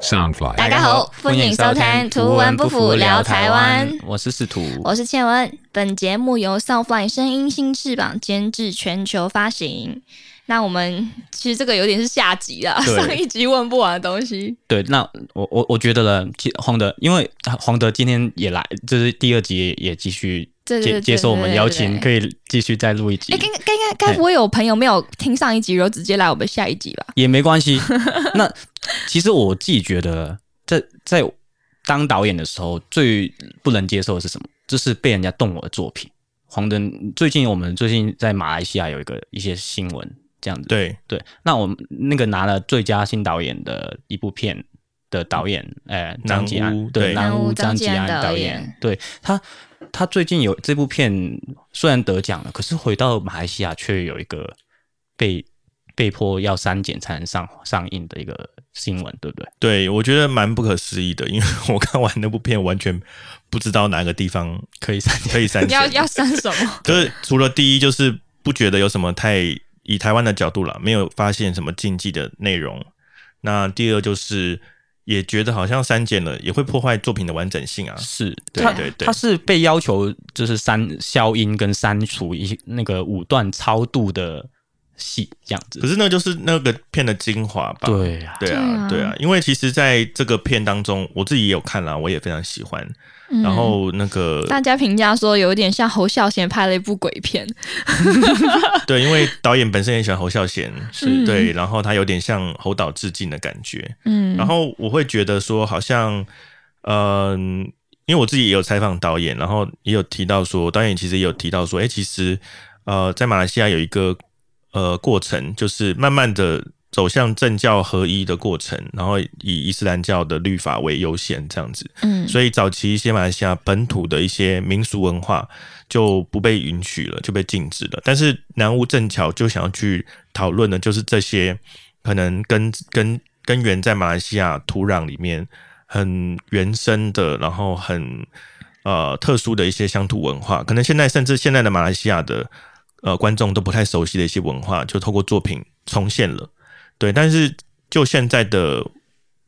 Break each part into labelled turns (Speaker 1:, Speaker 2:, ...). Speaker 1: Soundfly。
Speaker 2: 大家好，欢迎收听《图文不符聊台湾》，
Speaker 3: 我是司徒。
Speaker 2: 我是倩文。本节目由 Soundfly 声音新翅膀监制，全球发行。那我们其实这个有点是下集啦，
Speaker 3: 对
Speaker 2: 上一集问不完的东西。
Speaker 3: 对，那我我我觉得了，其黄德，因为黄德今天也来，就是第二集也也继续
Speaker 2: 对对对
Speaker 3: 接接受我们
Speaker 2: 对对
Speaker 3: 邀
Speaker 2: 对对
Speaker 3: 请，可以继续再录一集
Speaker 2: 哎、，该该该该不会有朋友没有听上一集，然后直接来我们下一集 吧？
Speaker 3: 也没关系。那其实我自己觉得，在在当导演的时候，最不能接受的是什么？就是被人家动我的作品。黄德，最近我们最近在马来西亚有一个一些新闻这样子，
Speaker 4: 对，
Speaker 3: 对，那我们那个拿了最佳新导演的一部片的导演，呃，张吉
Speaker 4: 南
Speaker 3: 安，
Speaker 4: 屋
Speaker 3: 对，
Speaker 4: 对
Speaker 3: 南
Speaker 2: 南屋
Speaker 3: 屋
Speaker 2: 张
Speaker 3: 张
Speaker 2: 吉
Speaker 3: 吉
Speaker 2: 安
Speaker 3: 安
Speaker 2: 导
Speaker 3: 导
Speaker 2: 演
Speaker 3: 演，对他，他最近有这部片虽然得奖了，可是回到马来西亚却有一个被被迫要删减才能上上映的一个新闻，对不对？
Speaker 4: 对我觉得蛮不可思议的，因为我看完那部片，完全不知道哪个地方
Speaker 3: 可以删减，
Speaker 4: 可以删
Speaker 2: 要
Speaker 4: 减。
Speaker 2: 要删什 么？
Speaker 4: 就是除了第一，就是不觉得有什么太以台湾的角度啦，没有发现什么禁忌的内容。那第二就是也觉得好像删减了，也会破坏作品的完整性啊。
Speaker 3: 是，
Speaker 4: 对
Speaker 3: 他
Speaker 4: 对对
Speaker 3: 他是被要求就是删消音跟删除一那个五段超度的戏这样子
Speaker 4: 可，是那就是那个片的精华吧？
Speaker 3: 对啊，
Speaker 4: 对啊，
Speaker 2: 对啊
Speaker 4: 对啊，因为其实在这个片当中，我自己也有看啦，我也非常喜欢。然后那个
Speaker 2: 大家评价说有点像侯孝贤拍了一部鬼片，
Speaker 4: 对，因为导演本身也喜欢侯孝贤，
Speaker 2: 嗯
Speaker 4: 是对，然后他有点向侯导致敬的感觉。
Speaker 2: 嗯，
Speaker 4: 然后我会觉得说，好像，嗯、因为我自己也有采访导演，然后也有提到说，导演其实也有提到说，哎、其实，呃，在马来西亚有一个呃过程，就是慢慢的走向政教合一的过程，然后以伊斯兰教的律法为优先这样子。
Speaker 2: 嗯，
Speaker 4: 所以早期一些马来西亚本土的一些民俗文化就不被允许了，就被禁止了。但是南屋正巧就想要去讨论的，就是这些可能根根根源在马来西亚土壤里面很呃原生的，然后很呃特殊的一些乡土文化，可能现在甚至现在的马来西亚的呃观众都不太熟悉的一些文化，就透过作品重现了。对，但是就现在的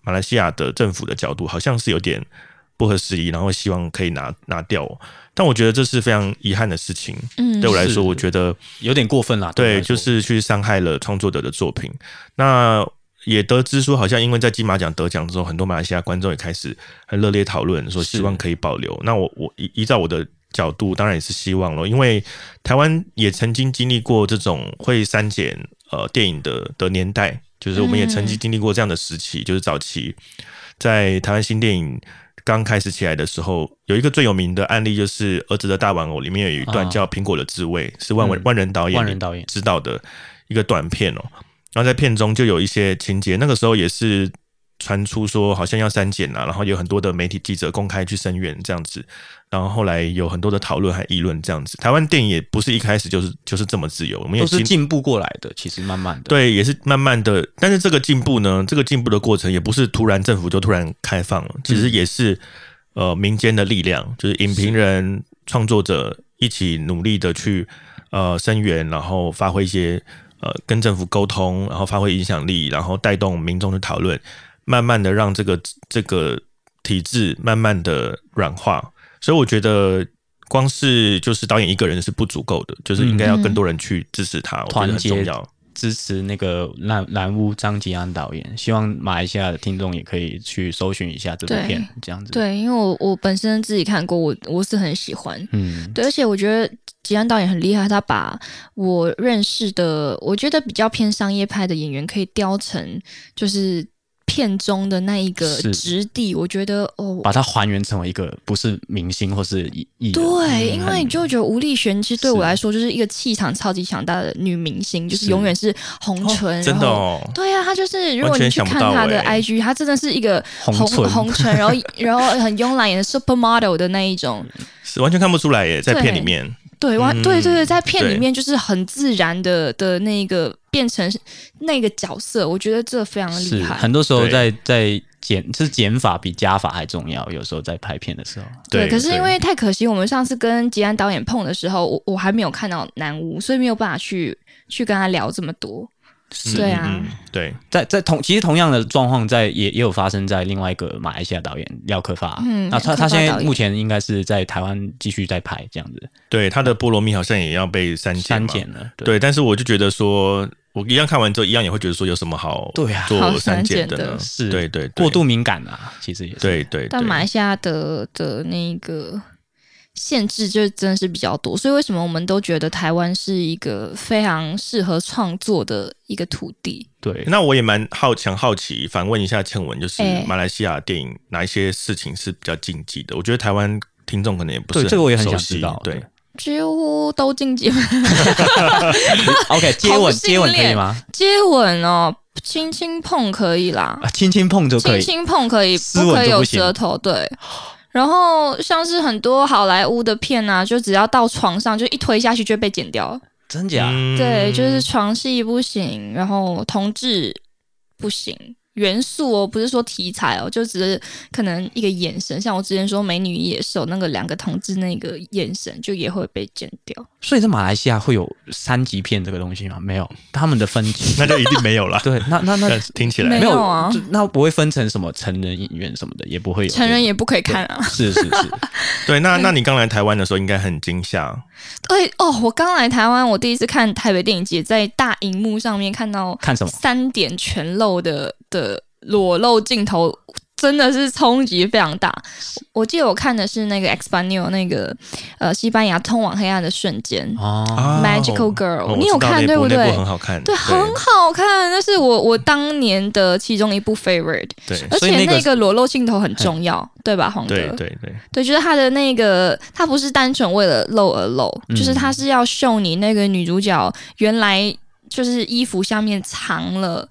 Speaker 4: 马来西亚的政府的角度，好像是有点不合时宜，然后希望可以拿拿掉、哦。但我觉得这是非常遗憾的事情。
Speaker 2: 嗯
Speaker 4: 对我来
Speaker 3: 是
Speaker 4: 说，我觉得
Speaker 3: 有点过分啦。我
Speaker 4: 对，
Speaker 3: 来说
Speaker 4: 就是去伤害了创作者的作品。那也得知说，好像因为在金马奖得奖之后，很多马来西亚观众也开始很热烈讨论，说希望可以保留。那我我依依照我的角度，当然也是希望咯，因为台湾也曾经经历过这种会删减呃电影的的年代，就是我们也曾经经历过这样的时期，就是早期在台湾新电影。刚开始起来的时候，有一个最有名的案例就是《儿子的大玩偶》，里面有一段
Speaker 3: 啊
Speaker 4: 叫《苹果的滋味》，是万文、
Speaker 3: 嗯
Speaker 4: 万人导演
Speaker 3: 万人导演
Speaker 4: 知道的一个短片哦。然后在片中就有一些情节，那个时候也是传出说好像要删减啊啦，然后有很多的媒体记者公开去声援这样子，然后后来有很多的讨论和议论这样子。台湾电影也不是一开始就是就是这么自由，我们也
Speaker 3: 都是
Speaker 4: 经
Speaker 3: 进步过来的，其实慢慢的。，
Speaker 4: 对，也是慢慢的，但是这个进步呢，这个进步的过程也不是突然政府就突然开放了，其实也是、呃民间的力量，就是影评人、创作者一起努力的去呃声援，然后发挥一些呃跟政府沟通，然后发挥影响力，然后带动民众去讨论，慢慢的让这个这个体制慢慢的软化，所以我觉得。光是就是导演一个人是不足够的，就是应该要更多人去支持他，我觉得
Speaker 3: 嗯团
Speaker 4: 很
Speaker 3: 结
Speaker 4: 重要。
Speaker 3: 支持那个南南屋张吉安导演，希望马来西亚的听众也可以去搜寻一下这部
Speaker 2: 对
Speaker 3: 片，这样子。，
Speaker 2: 对，因为我我本身自己看过，我我是很喜欢，
Speaker 3: 嗯，
Speaker 2: 对，而且我觉得吉安导演很厉害，他把我认识的，我觉得比较偏商业派的演员，可以雕成就是片中的那一个
Speaker 3: 是
Speaker 2: 质地。我觉得哦，
Speaker 3: 把它还原成为一个不是明星或是艺艺人。
Speaker 2: 对，
Speaker 4: 嗯
Speaker 2: 因为
Speaker 3: 很
Speaker 2: 你就会觉得吴丽璇其实对我
Speaker 3: 是
Speaker 2: 来说就是一个气场超级强大的女明星，就是
Speaker 3: 是
Speaker 2: 永远是红
Speaker 4: 哦
Speaker 2: 唇，
Speaker 4: 真
Speaker 2: 然
Speaker 4: 的
Speaker 2: 后
Speaker 4: 哦，
Speaker 2: 对啊，她就是如果
Speaker 4: 完
Speaker 2: 你
Speaker 4: 全
Speaker 2: 去
Speaker 4: 想不
Speaker 2: 看
Speaker 4: 到
Speaker 2: 她的
Speaker 4: 欸
Speaker 2: IG，她真的是一个
Speaker 3: 红
Speaker 2: 红
Speaker 3: 唇
Speaker 2: 红唇，然后然后很慵懒的 supermodel 的那一种。
Speaker 4: 是完全看不出来耶，在
Speaker 2: 对
Speaker 4: 片里面，
Speaker 2: 对，哇，
Speaker 4: 嗯
Speaker 2: 对对对，在片里
Speaker 4: 对
Speaker 2: 面就是很自然的的那个变成那个角色，我觉得这非常厉
Speaker 3: 是
Speaker 2: 害。
Speaker 3: 很多时候
Speaker 4: 对
Speaker 3: 在在减是减法比加法还重要，有时候在拍片的时候。
Speaker 2: 对，
Speaker 4: 对
Speaker 2: 可是因为太可惜，我们上次跟吉安导演碰的时候，我我还没有看到南屋，所以没有办法去去跟他聊这么多。对啊
Speaker 4: 嗯，嗯对，
Speaker 3: 在在同其实同样的状况在也也有发生在另外一个马来西亚导演廖克发，
Speaker 2: 嗯
Speaker 3: 那他
Speaker 2: 廖克发
Speaker 3: 他现
Speaker 2: 导
Speaker 3: 在
Speaker 2: 演
Speaker 3: 目前应该是在台湾继续在拍这样子，
Speaker 4: 对，他的菠萝蜜好像也要被删减
Speaker 3: 删
Speaker 4: 嘛。
Speaker 3: 减了，对
Speaker 4: 对，但是我就觉得说，我一样看完之后，一样也会觉得说，有什么好
Speaker 3: 对啊
Speaker 2: 好
Speaker 4: 做
Speaker 2: 删
Speaker 4: 删减
Speaker 2: 减
Speaker 4: 的
Speaker 2: 的
Speaker 4: 呢？
Speaker 3: 是
Speaker 4: 对对对
Speaker 3: 过度敏感啊，其实也是
Speaker 4: 对对，
Speaker 2: 但
Speaker 4: 对
Speaker 2: 马来西亚的的那个限制就真的是比较多，所以为什么我们都觉得台湾是一个非常适合创作的一个土地？
Speaker 3: 对，
Speaker 4: 那我也蛮好想好奇反问一下倩文，就是
Speaker 2: 哎
Speaker 4: 马来西亚电影哪一些事情是比较禁忌的？我觉得台湾听众可能也不是
Speaker 3: 对这个我也很
Speaker 4: 熟
Speaker 3: 想
Speaker 4: 悉
Speaker 3: 知道
Speaker 4: 对
Speaker 3: 对，
Speaker 2: 几乎都进阶
Speaker 3: OK 接吻
Speaker 2: 同性
Speaker 3: 接吻可以
Speaker 2: 恋
Speaker 3: 吗？
Speaker 2: 接吻哦，轻轻碰可以啦，
Speaker 3: 啊，轻轻碰就可
Speaker 2: 轻
Speaker 3: 以，
Speaker 2: 轻碰可以，
Speaker 3: 斯文
Speaker 2: 不可以
Speaker 3: 就不
Speaker 2: 有
Speaker 3: 行
Speaker 2: 舌头，对。然后像是很多好莱坞的片啊，就只要到床上就一推下去就被剪掉了。
Speaker 3: 真假？
Speaker 4: 嗯，
Speaker 2: 对，就是床戏不行，然后同志不行，元素哦，不是说题材哦，就只是可能一个眼神，像我之前说《美女与野兽》那个两个同志那个眼神，就也会被剪掉。
Speaker 3: 所以在马来西亚会有三级片这个东西吗？没有，他们的分级。
Speaker 4: 那就一定没有了
Speaker 3: 对，那那那
Speaker 4: 但听起来
Speaker 2: 没
Speaker 3: 没
Speaker 2: 有
Speaker 3: 有
Speaker 2: 啊
Speaker 3: 就那不会分成什么成人影院什么的，也不会有
Speaker 2: 成人也不可以看啊！
Speaker 3: 是是是，
Speaker 4: 对，那那你刚来台湾的时候应该很惊吓，
Speaker 2: 对哦，我刚来台湾，我第一次看台北电影节，在大荧幕上面看到
Speaker 3: 看什么？
Speaker 2: 三点全露的的裸露镜头，真的是冲击非常大。我记得我看的是那个 X 班 n 那个呃西班牙通往黑暗的瞬间、
Speaker 3: 哦，
Speaker 4: 啊
Speaker 2: m a g i c a l
Speaker 4: 哦
Speaker 2: Girl），、
Speaker 4: 我
Speaker 2: 你有
Speaker 4: 知道
Speaker 2: 看
Speaker 4: 那
Speaker 2: 对
Speaker 4: 部
Speaker 2: 不对？
Speaker 4: 那部很好看，
Speaker 2: 对，很好看，那是我我当年的其中一部 favorite，
Speaker 4: 对
Speaker 2: 而
Speaker 3: 所以
Speaker 2: 且
Speaker 3: 那个
Speaker 2: 那个裸露镜头很重要，对吧，黄哥？
Speaker 4: 对对对
Speaker 2: 对，就是他的那个，他不是单纯为了露而露，
Speaker 3: 嗯
Speaker 2: 就是他是要秀你那个女主角原来就是衣服下面藏了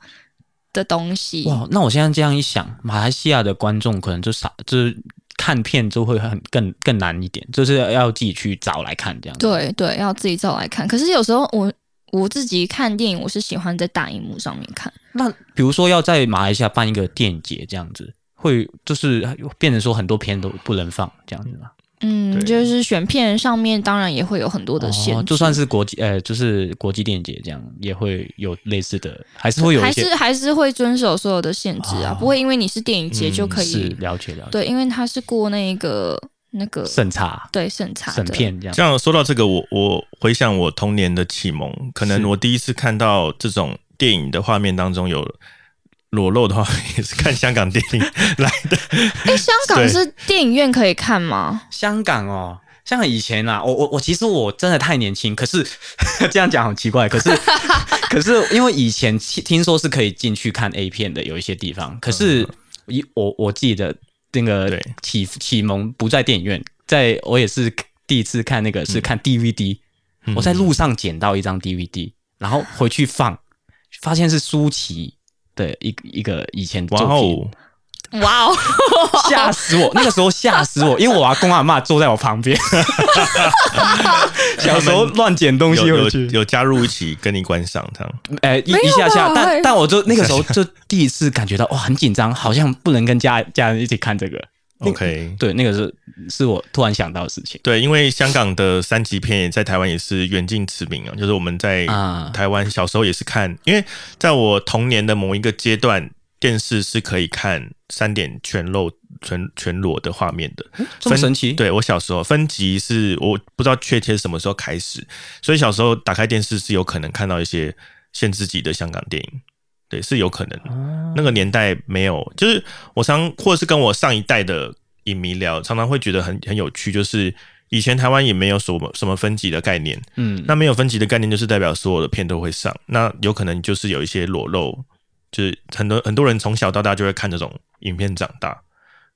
Speaker 2: 的东西。
Speaker 3: 哇！那我现在这样一想，马来西亚的观众可能就少，就是看片就会很更更难一点，就是要自己去找来看这样。，
Speaker 2: 对对，要自己找来看。可是有时候我我自己看电影，我是喜欢在大荧幕上面看。
Speaker 3: 那比如说要在马来西亚办一个电影节这样子，会就是变成说很多片都不能放这样子吗？
Speaker 2: 嗯，
Speaker 4: 对
Speaker 2: 就是选片上面当然也会有很多的限制，
Speaker 3: 哦，就算是国际呃，就是国际电影节这样，也会有类似的，还是会有
Speaker 2: 还
Speaker 3: 一些
Speaker 2: 是还是会遵守所有的限制啊，
Speaker 3: 哦嗯
Speaker 2: 不会因为你是电影节就可
Speaker 3: 是
Speaker 2: 以。
Speaker 3: 了解了解
Speaker 2: 对，因为它是过那个那个
Speaker 3: 审查
Speaker 2: 对审查
Speaker 3: 审
Speaker 2: 的
Speaker 3: 片这样
Speaker 4: 这样说到这个，我我回想我童年的启蒙，可能
Speaker 3: 是
Speaker 4: 我第一次看到这种电影的画面当中有裸露的话，也是看香港电影 来的。
Speaker 2: 哎，香港
Speaker 4: 对
Speaker 2: 是电影院可以看吗？
Speaker 3: 香港哦，香港以前啊，我我我其实我真的太年轻，可是 这样讲很奇怪，可是可是因为以前听听说是可以进去看 A 片的，有一些地方，可是以我我自己的那个
Speaker 4: 嗯对
Speaker 3: 启启蒙不在电影院，在我也是第一次看
Speaker 4: 嗯
Speaker 3: 那个是看 DVD，、我在路上捡到一张 DVD，然后回去放，发现是舒淇。的一个一个以前的
Speaker 4: 哇
Speaker 3: 作品，
Speaker 4: 哦，
Speaker 2: 哇哦，
Speaker 3: 吓死我！那个时候吓死我，因为我阿公阿妈坐在我旁 边，小时候乱捡东
Speaker 4: 有
Speaker 3: 西
Speaker 4: 有
Speaker 3: 回去，
Speaker 4: 有加入一起跟你观赏 这样，
Speaker 3: 哎、一一下
Speaker 2: 没
Speaker 3: 下
Speaker 2: 有吧，
Speaker 3: 但
Speaker 2: 哎
Speaker 3: 但我就那个时候就第一次感觉到哇，很紧张，好像不能跟家家人一起看这个。那
Speaker 4: OK。
Speaker 3: 对，那个是是我突然想到的事情
Speaker 4: 对，因为香港的三级片也在台湾也是远近驰名啊，就是我们在
Speaker 3: 啊，
Speaker 4: 台湾小时候也是看，因为在我童年的某一个阶段，电视是可以看三点全露、全全裸的画面的。
Speaker 3: 这么神奇？，
Speaker 4: 对我小时候分级是我不知道确切什么时候开始，所以小时候打开电视是有可能看到一些限制级的香港电影，对，是有可能。
Speaker 3: 啊
Speaker 4: 那个年代没有，就是我常或者是跟我上一代的影迷聊，常常会觉得很很有趣，就是以前台湾也没有什么什么分级的概念，
Speaker 3: 嗯，
Speaker 4: 那没有分级的概念，就是代表所有的片都会上。那有可能就是有一些裸露，就是很多很多人从小到大就会看这种影片长大。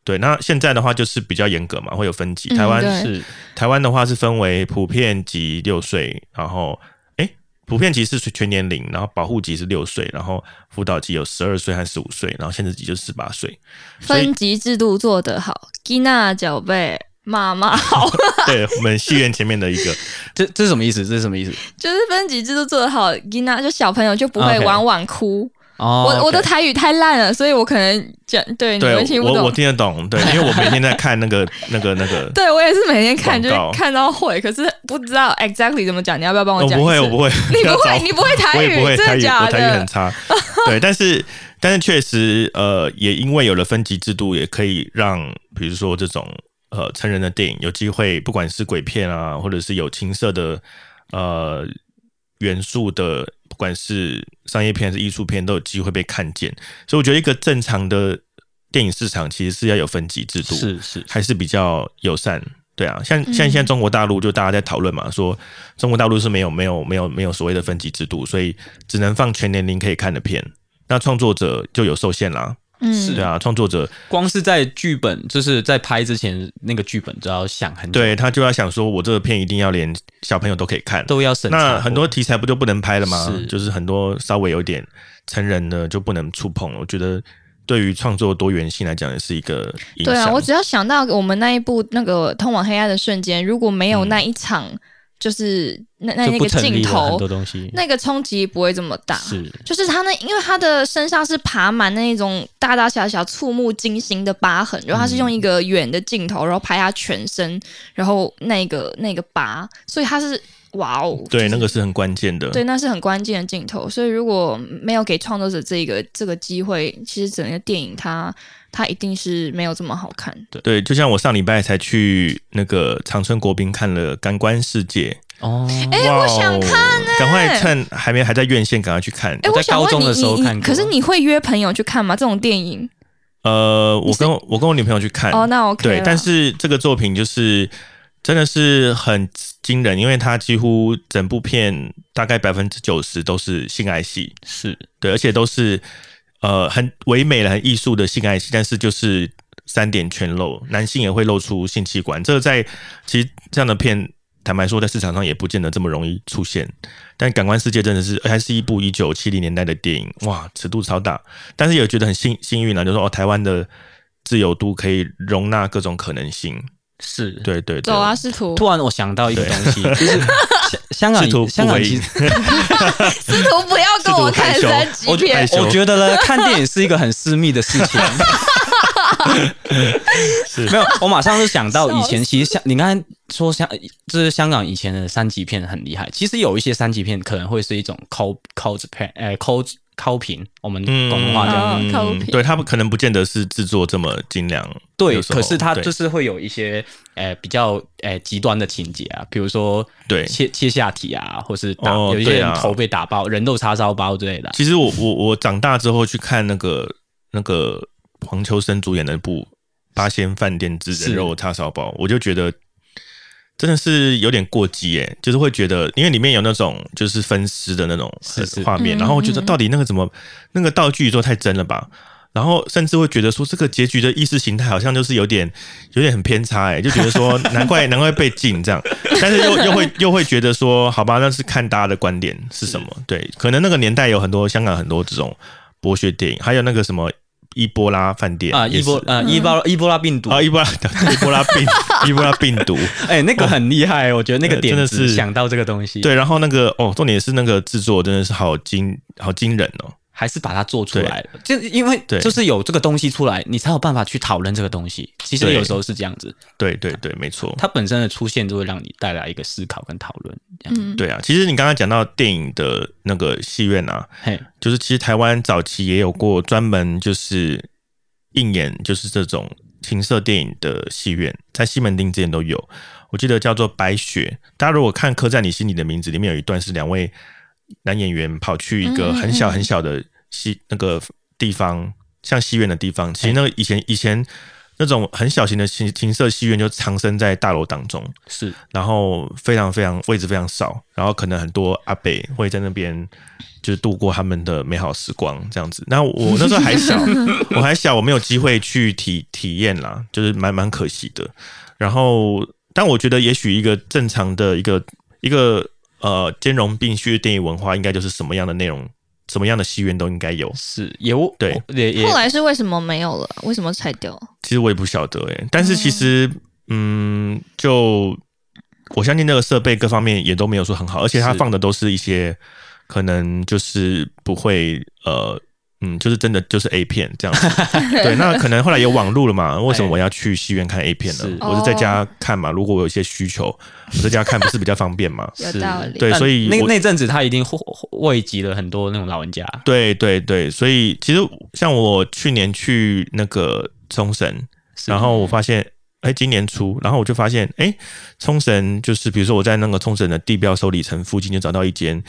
Speaker 4: 对，那现在的话就是比较严格嘛，会有分级。
Speaker 2: 嗯
Speaker 4: 台湾、
Speaker 2: 对
Speaker 3: 是
Speaker 4: 台湾的话是分为普遍级六岁，然后诶，普遍级是全年龄，然后保护级是六岁，然后辅导级有十二岁和十五岁，然后限制级就十八 岁。所以
Speaker 2: 分级制度做得好，吉娜脚被妈妈好，
Speaker 4: 对我们戏院前面的一个，
Speaker 3: 这这是什么意思？这是什么意思？
Speaker 2: 就是分级制度做得好，吉娜就小朋友就不会
Speaker 3: OK
Speaker 2: 晚晚哭
Speaker 3: 哦
Speaker 2: 我我的
Speaker 3: OK
Speaker 2: 台语太烂了，所以我可能讲对 你
Speaker 4: 对
Speaker 2: 们听不
Speaker 4: 我我
Speaker 2: 懂。
Speaker 4: 听得懂，对，因为我每天在看那个那个那个，
Speaker 2: 对我也是每天看，就是
Speaker 4: 广告
Speaker 2: 看到会，可是不知道 exactly 怎么讲。你要不要帮
Speaker 4: 我
Speaker 2: 讲？
Speaker 4: 哦不会，我不
Speaker 2: 会，
Speaker 4: 会，
Speaker 2: 你
Speaker 4: 要
Speaker 2: 不
Speaker 4: 找
Speaker 2: 会，你不会
Speaker 4: 我
Speaker 2: 台
Speaker 4: 也不会
Speaker 2: 语，真
Speaker 4: 台
Speaker 2: 的
Speaker 4: 语，
Speaker 2: 假
Speaker 4: 我台语很
Speaker 2: 的？
Speaker 4: 差。对，但是但是确实，呃，也因为有了分级制度，也可以让比如说这种呃成人的电影有机会，不管是鬼片啊，或者是有情色的呃元素的，不管是商业片还是艺术片，都有机会被看见。所以我觉得一个正常的电影市场其实是要有分级制度，
Speaker 3: 是是
Speaker 4: 还是比较友善。对啊，像
Speaker 2: 嗯
Speaker 4: 像现在中国大陆就大家在讨论嘛，说中国大陆是没有没有没有没有所谓的分级制度，所以只能放全年龄可以看的片，那创作者就有受限啦。
Speaker 2: 嗯
Speaker 3: 是
Speaker 4: 对啊，创作者
Speaker 3: 光是在剧本就是在拍之前那个剧本就要想很久，
Speaker 4: 对他就要想说，我这个片一定要连小朋友都可以看，
Speaker 3: 都要审查过。
Speaker 4: 那很多题材不就不能拍了吗？
Speaker 3: 是
Speaker 4: 就是很多稍微有点成人的就不能触碰了。我觉得对于创作多元性来讲，也是一个影响。
Speaker 2: 对啊，我只要想到我们那一部那个通往黑暗的瞬间，如果没有那一场，就是那那
Speaker 3: 就
Speaker 2: 那
Speaker 3: 不
Speaker 2: 个
Speaker 3: 成立
Speaker 2: 镜
Speaker 3: 了很
Speaker 2: 头
Speaker 3: 多，东西
Speaker 2: 那个冲击不会这么大。
Speaker 3: 是
Speaker 2: 就是他那，因为他的身上是爬满那种大大小小、触目惊心的疤痕，然后他是用一个远的镜头，然后拍他全身，然后那个那个疤，所以他是哇哦，
Speaker 4: 对
Speaker 2: 就是
Speaker 4: 那个是很关键的。
Speaker 2: 对，那是很关键的镜头。所以如果没有给创作者这个这个机会，其实整个电影它它一定是没有这么好看。
Speaker 4: 对，就像我上礼拜才去那个长春国宾看了《感官世界
Speaker 3: 哦，》，
Speaker 2: 哎、
Speaker 4: 哇哦
Speaker 2: 我想看呢、
Speaker 4: 赶快趁还没还在院线，赶快去看。
Speaker 2: 哎、
Speaker 3: 我
Speaker 2: 我
Speaker 3: 在
Speaker 2: 想
Speaker 3: 高
Speaker 2: 问
Speaker 3: 中
Speaker 2: 你，
Speaker 3: 的时候
Speaker 2: 你
Speaker 3: 看
Speaker 2: 你
Speaker 3: 过
Speaker 2: 可是你会约朋友去看吗？这种电影？
Speaker 4: 呃，我
Speaker 2: 你是
Speaker 4: 跟我跟我女朋友去看，
Speaker 2: 哦，那 OK
Speaker 4: 哎对，
Speaker 2: 了
Speaker 4: 但是这个作品就是真的是很惊人，因为它几乎整部片大概百分之九十都是性爱戏，
Speaker 3: 是
Speaker 4: 对，而且都是呃很唯美的、很艺术的性爱戏，但是就是三点全露，男性也会露出性器官。这个在其实这样的片，坦白说，在市场上也不见得这么容易出现。但《感官世界》真的是，哎还是一部一九七零年代的电影，哇，尺度超大。但是也觉得很幸幸运呢、就是说哦，台湾的自由度可以容纳各种可能性。
Speaker 3: 是，对。
Speaker 4: 对 对对，
Speaker 2: 走啊，师徒，
Speaker 3: 突然我想到一个东西，就是香香
Speaker 4: 试图
Speaker 3: 港，
Speaker 4: 不
Speaker 3: 香港
Speaker 4: 为
Speaker 3: 其实
Speaker 2: 师徒不要跟我看
Speaker 4: 试图害
Speaker 2: 三
Speaker 4: 羞
Speaker 2: 级
Speaker 4: 我就害
Speaker 2: 片
Speaker 4: 羞，
Speaker 3: 我觉得呢，看电影是一个很私密的事情。没有，我马上就想到以前，其实像你刚才说香，就是香港以前的三级片很厉害。其实有一些三级片可能会是一种 call call 片，呃 call call 屏，我们
Speaker 4: 嗯，
Speaker 3: 广东话讲、
Speaker 2: 嗯靠谱
Speaker 4: 对他们可能不见得是制作这么精良，
Speaker 3: 对
Speaker 4: 有。时候
Speaker 3: 可是它
Speaker 4: 对
Speaker 3: 就是会有一些呃比较呃极端的情节啊，比如说
Speaker 4: 对
Speaker 3: 切切下体啊，或是打、
Speaker 4: 哦
Speaker 3: 有一些
Speaker 4: 对
Speaker 3: 人
Speaker 4: 啊
Speaker 3: 头被打爆、人肉叉烧包之类的啊。
Speaker 4: 其实我我我长大之后去看那个那个黄秋生主演的一部《八仙饭店之
Speaker 3: 是
Speaker 4: 人肉叉烧包》，我就觉得真的是有点过激耶，就是会觉得，因为里面有那种就是分尸的那种
Speaker 3: 是是
Speaker 4: 画面，
Speaker 2: 嗯
Speaker 4: 然后我觉得
Speaker 2: 嗯
Speaker 4: 到底那个怎么那个道具做太真了吧。然后甚至会觉得说，这个结局的意识形态好像就是有点有点很偏差哎、就觉得说 难怪难怪被禁这样，但是 又又会又会觉得说，好吧，那是看大家的观点是什么。对，可能那个年代有很多香港很多这种剥削电影，还有那个什么伊波拉饭店
Speaker 3: 啊，
Speaker 4: 也
Speaker 3: 伊
Speaker 4: 是
Speaker 3: 波啊，伊波伊波拉病毒
Speaker 4: 啊伊波拉伊波拉病 伊波拉病毒。
Speaker 3: 哎、那个很厉害，我觉得那个
Speaker 4: 呃
Speaker 3: 点
Speaker 4: 真的
Speaker 3: 子
Speaker 4: 是
Speaker 3: 想到这个东西，，
Speaker 4: 对，然后那个哦，重点是那个制作真的是好惊好惊人哦。
Speaker 3: 还是把它做出来了。就因为
Speaker 4: 对
Speaker 3: 就是有这个东西出来，你才有办法去讨论这个东西。其实
Speaker 4: 对
Speaker 3: 有时候是这样子，
Speaker 4: 对对对，没错。
Speaker 3: 它本身的出现就会让你带来一个思考跟讨论。这样，
Speaker 2: 嗯，
Speaker 4: 对啊，其实你刚刚讲到电影的那个戏院啊，
Speaker 3: 嘿，
Speaker 4: 就是其实台湾早期也有过专门就是映演就是这种情色电影的戏院，在西门町之前都有，我记得叫做白雪。大家如果看《刻在你心里的名字》，里面有一段是两位男演员跑去一个很小很小的戏那个地方，像戏院的地方。其实那个以前以前那种很小型的情情色戏院就藏身在大楼当中。
Speaker 3: 是
Speaker 4: 然后非常非常位置非常少，然后可能很多阿北会在那边就是度过他们的美好时光这样子。那我那时候还小，我还小，我没有机会去体体验啦，就是蛮蛮可惜的。然后，但我觉得也许一个正常的一个一个呃兼容并蓄的电影文化，应该就是什么样的内容，什么样的戏院都应该有。
Speaker 3: 是有
Speaker 4: 对
Speaker 3: 也也
Speaker 2: 后来是为什么没有了？为什么拆掉？？
Speaker 4: 其实我也不晓得哎、但是其实嗯，就我相信那个设备各方面也都没有说很好，而且它
Speaker 3: 是
Speaker 4: 放的都是一些可能就是不会呃嗯，就是真的就是 A 片这样子。对，那可能后来有网路了嘛？为什么我要去戏院看 A 片呢
Speaker 3: 是？
Speaker 4: 我是在家看嘛。如果我有一些需求，我在家看不是比较方便嘛
Speaker 2: 有
Speaker 3: 是
Speaker 2: 道理。
Speaker 4: 对，
Speaker 3: 但
Speaker 4: 所以
Speaker 3: 那
Speaker 4: 我
Speaker 3: 那阵子他一定惠惠及了很多那种老人家。
Speaker 4: 对对对，所以其实像我去年去那个冲绳，
Speaker 3: 是
Speaker 4: 然后我发现，哎，今年初，然后我就发现，哎，冲绳就是比如说我在那个冲绳的地标首里城附近就找到一间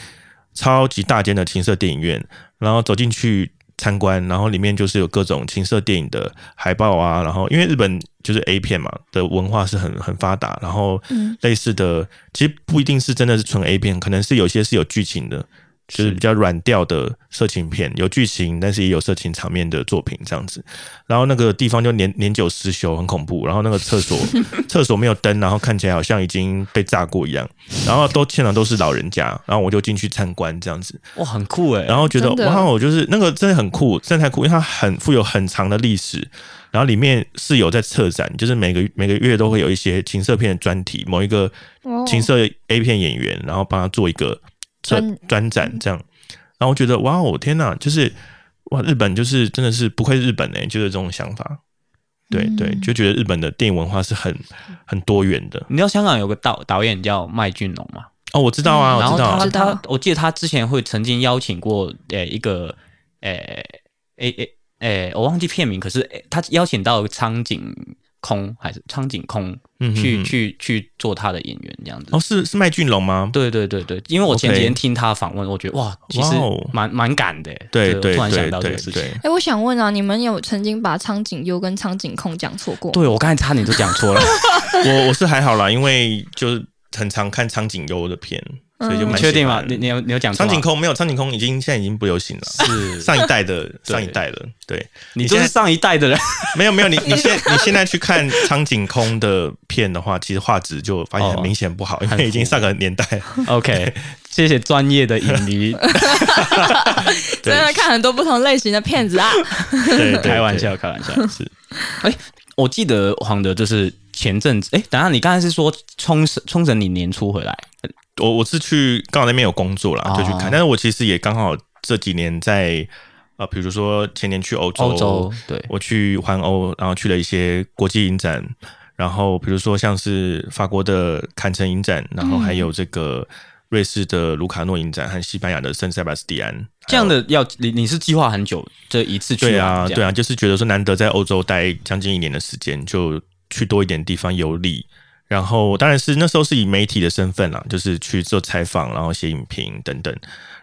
Speaker 4: 超级大间的情色电影院，然后走进去参观，然后里面就是有各种情色电影的海报啊，然后因为日本就是 A 片嘛的文化是很很发达，然后
Speaker 2: 嗯
Speaker 4: 类似的其实不一定是真的是纯 A 片，可能是有些是有剧情的。就是比较软调的色情片，有剧情，但是也有色情场面的作品这样子。然后那个地方就年年久失修，很恐怖。然后那个厕所 厕所没有灯，然后看起来好像已经被炸过一样。然后都现场都是老人家，然后我就进去参观这样子，
Speaker 3: 哇，很酷哎，
Speaker 4: 然后觉得
Speaker 2: 真的
Speaker 4: 哇，我就是那个真的很酷，真的太酷，因为它很富有很长的历史。然后里面是有在策展，就是每个每个月都会有一些情色片的专题，某一个
Speaker 2: 哦
Speaker 4: 情色 A 片演员，然后帮他做一个专专展这样。然后我觉得哇哦天哪，就是哇日本就是真的是不愧日本呢、就是这种想法。对
Speaker 2: 嗯
Speaker 4: 对，就觉得日本的电影文化是很很多元的。
Speaker 3: 你知道香港有个导导演叫麦浚龙吗？
Speaker 4: 哦，我知道啊，
Speaker 3: 嗯然
Speaker 4: 我
Speaker 3: 后
Speaker 4: 知道
Speaker 3: 他
Speaker 4: 啊，
Speaker 2: 知道
Speaker 3: 他，我记得他之前会曾经邀请过呃一个呃诶诶诶，我忘记片名，可是诶他邀请到苍井空还是苍井空
Speaker 4: 嗯哼
Speaker 3: 去
Speaker 4: 哼
Speaker 3: 去去做他的演员这样子
Speaker 4: 哦，。是是麦浚龙吗？
Speaker 3: 对对对对，因为我前几
Speaker 4: OK
Speaker 3: 天听他访问，我觉得哇，其实
Speaker 4: 哇哦
Speaker 3: 蛮蛮赶的。
Speaker 4: 对
Speaker 3: 我
Speaker 4: 对
Speaker 3: 突然想
Speaker 4: 对
Speaker 3: 到这
Speaker 4: 对
Speaker 3: 个事情。
Speaker 4: 对，
Speaker 2: 哎，我想问啊，你们有曾经把苍井优跟苍井空讲错过吗？
Speaker 3: 对，我刚才差点就讲错了，
Speaker 4: 我我是还好啦，因为就是很常看苍井优的片，所以
Speaker 2: 嗯
Speaker 4: 就
Speaker 3: 你
Speaker 4: 蛮喜欢
Speaker 3: 确定吗？你你有你有讲啊错
Speaker 4: 苍
Speaker 3: 吗
Speaker 4: 井空没有苍井空已经现在已经不流行了，
Speaker 3: 是，
Speaker 4: 上一代的上一代了，对，
Speaker 3: 你
Speaker 4: 你
Speaker 3: 就
Speaker 4: 现
Speaker 3: 是
Speaker 4: 在
Speaker 3: 上一代的人。
Speaker 4: 没有没有，你你现你现在去看苍井空的片的话，其实画质就发现很明显不好，因为已经上个年代了。
Speaker 3: OK，谢谢专业的影 迷，
Speaker 2: 真的看很多不同类型的片子啊。
Speaker 4: 对，对
Speaker 3: 开玩，笑，开玩笑。是，哎，我记得黄德就是前阵子，哎，等一下你刚才是说冲绳，冲绳你年初回来，
Speaker 4: 对我我是去刚好那边有工作啦，就去看，
Speaker 3: 哦
Speaker 4: 但是我其实也刚好这几年在呃，比如说前年去欧洲，
Speaker 3: 欧洲对，
Speaker 4: 我去环欧，然后去了一些国际影展，然后比如说像是法国的坎城影展，然后还
Speaker 3: 嗯
Speaker 4: 有这个瑞士的卢卡诺影展和西班牙的圣塞巴斯蒂安。
Speaker 3: 这样的要你你是计划很久，这一次去
Speaker 4: 对啊，对
Speaker 3: 啊，
Speaker 4: 啊，就是觉得说难得在欧洲待将近一年的时间，就去多一点地方游历。然后当然是那时候是以媒体的身份啦，就是去做采访，然后写影评等等。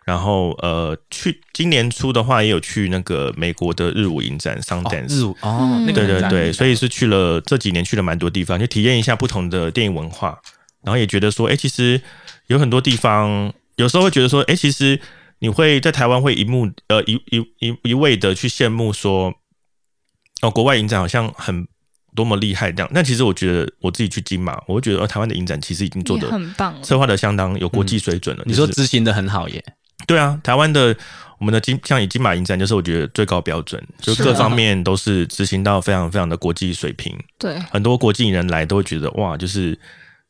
Speaker 4: 然后呃，去今年初的话，也有去那个美国的日舞影展
Speaker 3: 哦
Speaker 4: Sundance，、
Speaker 3: 日舞哦，那个
Speaker 4: 对
Speaker 3: 很
Speaker 4: 对
Speaker 3: 赞
Speaker 4: 对，所以是去了这几年去了蛮多地方，就体验一下不同的电影文化，然后也觉得说，哎、其实有很多地方，有时候会觉得说，哎、其实你会在台湾会一目呃一一一一味的去羡慕说，哦，国外影展好像很多么厉害这样，但其实我觉得我自己去金马，我会觉得、哦、台湾的影展其实已经做
Speaker 2: 也
Speaker 3: 嗯
Speaker 4: 的。
Speaker 2: 很棒，
Speaker 4: 策划的相当有国际水准了。
Speaker 3: 你说
Speaker 4: 就是
Speaker 3: 执行的很好耶，
Speaker 4: 对啊，台湾的我们的金像以金马影展就是我觉得最高标准，就是各
Speaker 2: 啊
Speaker 4: 方面都是执行到非常非常的国际水平。
Speaker 2: 对，
Speaker 4: 很多国际人来都会觉得哇，就是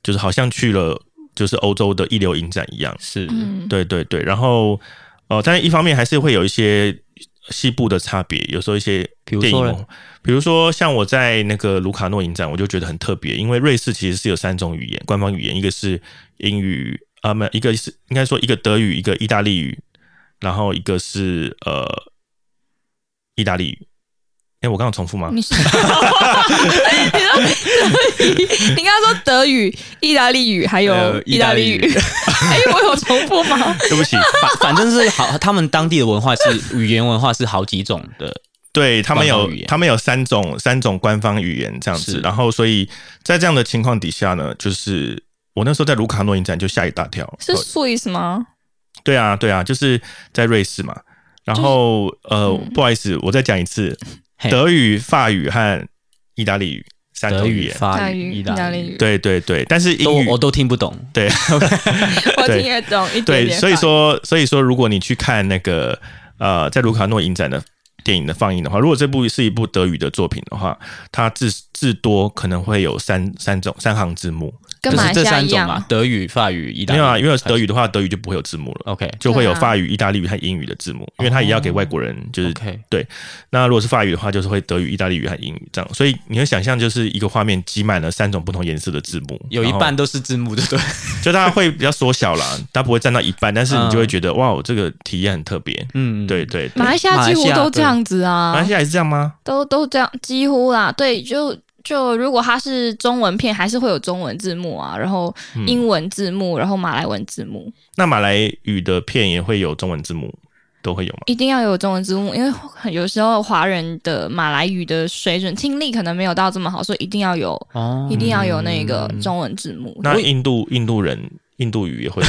Speaker 4: 就是好像去了就是欧洲的一流影展一样。
Speaker 3: 是
Speaker 2: 嗯，
Speaker 4: 对对对，然后呃，但是一方面还是会有一些西部的差别，有时候一些
Speaker 3: 比如
Speaker 4: 电影
Speaker 3: 说
Speaker 4: 文
Speaker 3: 嘞
Speaker 4: 化，比如说像我在那个卢卡诺影展，我就觉得很特别，因为瑞士其实是有三种语言，官方语言，一个是英语，啊，没有，一个是应该说一个德语，一个意大利语，然后一个是呃意大利语。哎，我刚刚重复吗？
Speaker 2: 你说，你说，你刚刚说德语、意大利语还有
Speaker 3: 呃
Speaker 2: 意大利语
Speaker 3: 意，
Speaker 2: 哎，我有重复 吗？
Speaker 4: 对不起，
Speaker 3: 反反正是好， 他们当地的文化是语言文化是好几种的，
Speaker 4: 对他们
Speaker 3: 官
Speaker 4: 有
Speaker 3: 方语言
Speaker 4: 他们有三种三种官方语言这样
Speaker 3: 是
Speaker 4: 子，然后所以在这样的情况底下呢，就是我那时候在卢卡诺影展就吓一大跳，
Speaker 2: 是
Speaker 4: 呃
Speaker 2: Swiss 吗？
Speaker 4: 对啊对啊，就是在瑞士嘛，然后、呃
Speaker 2: 嗯
Speaker 4: 不好意思，我再讲一次
Speaker 3: 嘿，
Speaker 4: 德语、法语和意大利语三
Speaker 3: 德
Speaker 4: 种语
Speaker 3: 语、
Speaker 4: 言，
Speaker 3: 法
Speaker 2: 法语
Speaker 3: 语、啊意
Speaker 2: 意大
Speaker 3: 大
Speaker 2: 利
Speaker 3: 利
Speaker 2: 语
Speaker 3: 语，
Speaker 4: 对对对，但是
Speaker 3: 都
Speaker 4: 英语
Speaker 3: 我都听不懂。
Speaker 4: 对
Speaker 2: 我听得懂 一点
Speaker 4: 对，
Speaker 2: 点。
Speaker 4: 所以，说所以说，如果你去看那个呃，在卢卡诺影展的电影的放映的话，如果这部是一部德语的作品的话，它至至多可能会有三三种三行字幕，
Speaker 2: 跟
Speaker 3: 就
Speaker 2: 马
Speaker 3: 是
Speaker 2: 来
Speaker 3: 这
Speaker 2: 西亚
Speaker 3: 三
Speaker 2: 一
Speaker 3: 种
Speaker 2: 样
Speaker 3: 嘛，德语、法语、意大
Speaker 4: 没
Speaker 3: 利。
Speaker 4: 有啊，因为德语的话，德语就不会有字幕了，
Speaker 3: OK
Speaker 4: 就会有
Speaker 2: 对啊哦
Speaker 4: 法语、意大利语和英语的字幕，因为它也要给外国人就是
Speaker 3: OK，
Speaker 4: 那如果是法语的话，就是会德语、意大利语和英语这样，所以你会想象就是一个画面挤满了三种不同颜色的字幕，
Speaker 3: 有一
Speaker 4: 然后
Speaker 3: 半都是字幕，对不对？
Speaker 4: 就大家会比较缩小啦，它不会占到一半，但是你就会
Speaker 3: 嗯
Speaker 4: 觉得哇，哦这个体验很特别。
Speaker 3: 嗯，
Speaker 4: 对对对，
Speaker 2: 马来西
Speaker 3: 马
Speaker 2: 亚
Speaker 3: 来
Speaker 2: 几
Speaker 3: 西
Speaker 2: 乎
Speaker 3: 亚
Speaker 2: 都
Speaker 3: 对
Speaker 2: 这样子啊，
Speaker 4: 马来西亚也是这样吗？
Speaker 2: 都都这样，几乎啦。对，就就如果它是中文片，还是会有中文字幕啊，然后
Speaker 3: 嗯
Speaker 2: 英文字幕，然后马来文字幕，
Speaker 4: 那马来语的片也会有中文字幕，都会有吗？
Speaker 2: 一定要有中文字幕，因为很有时候华人的马来语的水准听力可能没有到这么好，所以一定要有，
Speaker 3: 哦
Speaker 2: 一定要有那个中文字幕。
Speaker 4: 那印度印度人印度语也 会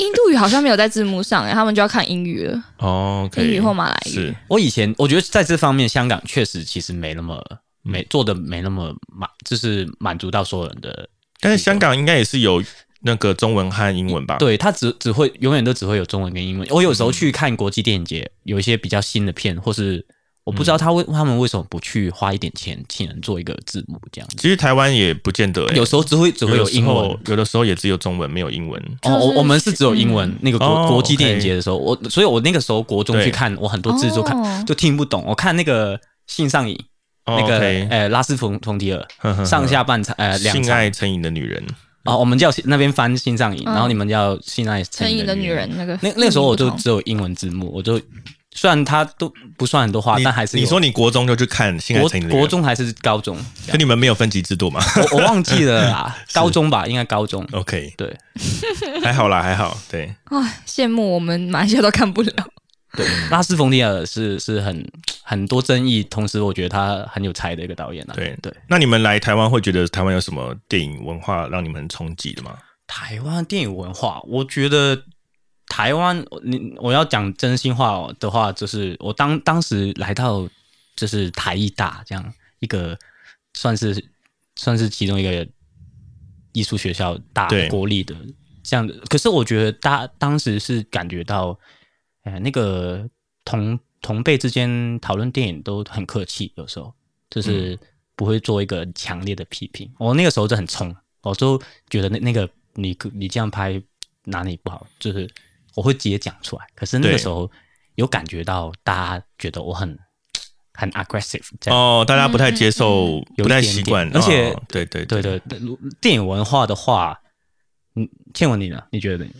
Speaker 2: 印度语好像没有在字幕上、欸，他们就要看英语了，
Speaker 4: 哦
Speaker 2: 英
Speaker 4: ，OK，
Speaker 2: 语或马来语。
Speaker 4: 是
Speaker 3: 我以前我觉得在这方面，香港确实其实没那么没做的没那么满，就是满足到所有人的。
Speaker 4: 但是香港应该也是有那个中文和英文吧？，
Speaker 3: 对他只只会永远都只会有中文跟英文。我有
Speaker 4: 嗯
Speaker 3: 时候去看国际电影节，有一些比较新的片，或是我不知
Speaker 4: 嗯
Speaker 3: 道他为他们为什么不去花一点钱请人做一个字幕这样子。
Speaker 4: 其实台湾也不见得、欸，
Speaker 3: 有时候只会只会有
Speaker 4: 的时
Speaker 3: 英文
Speaker 4: 候，有的时候也只有中文，没有英文。
Speaker 3: 哦，我
Speaker 2: 就是
Speaker 3: 我们是只有英文、
Speaker 2: 嗯
Speaker 3: 那个国、
Speaker 4: 哦
Speaker 3: 国际电影节的时候，我所以，我那个时候国中去
Speaker 4: 对
Speaker 3: 看，我很多字都看、
Speaker 2: 哦
Speaker 3: 就听不懂。我看那个《性上瘾》，
Speaker 4: 哦
Speaker 3: 那个
Speaker 4: OK
Speaker 3: 呃拉斯冯冯提尔
Speaker 4: 呵呵呵
Speaker 3: 上下半场呃两
Speaker 4: 性
Speaker 3: 场
Speaker 4: 爱成瘾的女人，
Speaker 3: 哦，我们叫那边翻《性上瘾》，
Speaker 2: 嗯
Speaker 3: 然后你们叫《性爱
Speaker 2: 成
Speaker 3: 瘾
Speaker 2: 瘾的
Speaker 3: 女
Speaker 2: 女人。那个
Speaker 3: 那那时候我就
Speaker 2: 不同
Speaker 3: 只有英文字幕，我就虽然它都不算很多话，
Speaker 4: 你
Speaker 3: 啊但还是有
Speaker 4: 你说你国中就去看性爱成瘾
Speaker 3: 国
Speaker 4: 的女人，
Speaker 3: 国中还是高中，这
Speaker 4: 跟
Speaker 3: 样
Speaker 4: 你们没有分级制度嘛
Speaker 3: 我我忘记了啦，高中吧，应该高中。
Speaker 4: ？OK，
Speaker 3: 对
Speaker 4: 还好啦，还好，对，
Speaker 2: 唉，啊羡慕我们马来西亚都看不了。
Speaker 3: 对，拉斯冯提尔是是很很多争议，同时我觉得他很有才的一个导演啊。
Speaker 4: 对
Speaker 3: 对，
Speaker 4: 那你们来台湾会觉得台湾有什么电影文化让你们很冲击的吗？
Speaker 3: 台湾电影文化，我觉得台湾，你我要讲真心话哦的话，就是我当当时来到就是台艺大这样一个算是算是其中一个艺术学校大
Speaker 4: 对
Speaker 3: 国立的这样的，可是我觉得大当时是感觉到，呃，那个同同辈之间讨论电影都很客气，有时候
Speaker 4: 嗯
Speaker 3: 就是不会做一个强烈的批评。我那个时候就很冲，我就觉得那那个你你这样拍哪里不好，就是我会直接讲出来。可是那个
Speaker 4: 对
Speaker 3: 时候有感觉到大家觉得我很很 aggressive 这样。
Speaker 4: 哦，大家不太接受，
Speaker 3: 嗯
Speaker 4: 不太习惯，
Speaker 3: 有一点点
Speaker 4: 哦对对
Speaker 3: 对对，对电影文化的话，嗯，倩文你呢？你觉得呢？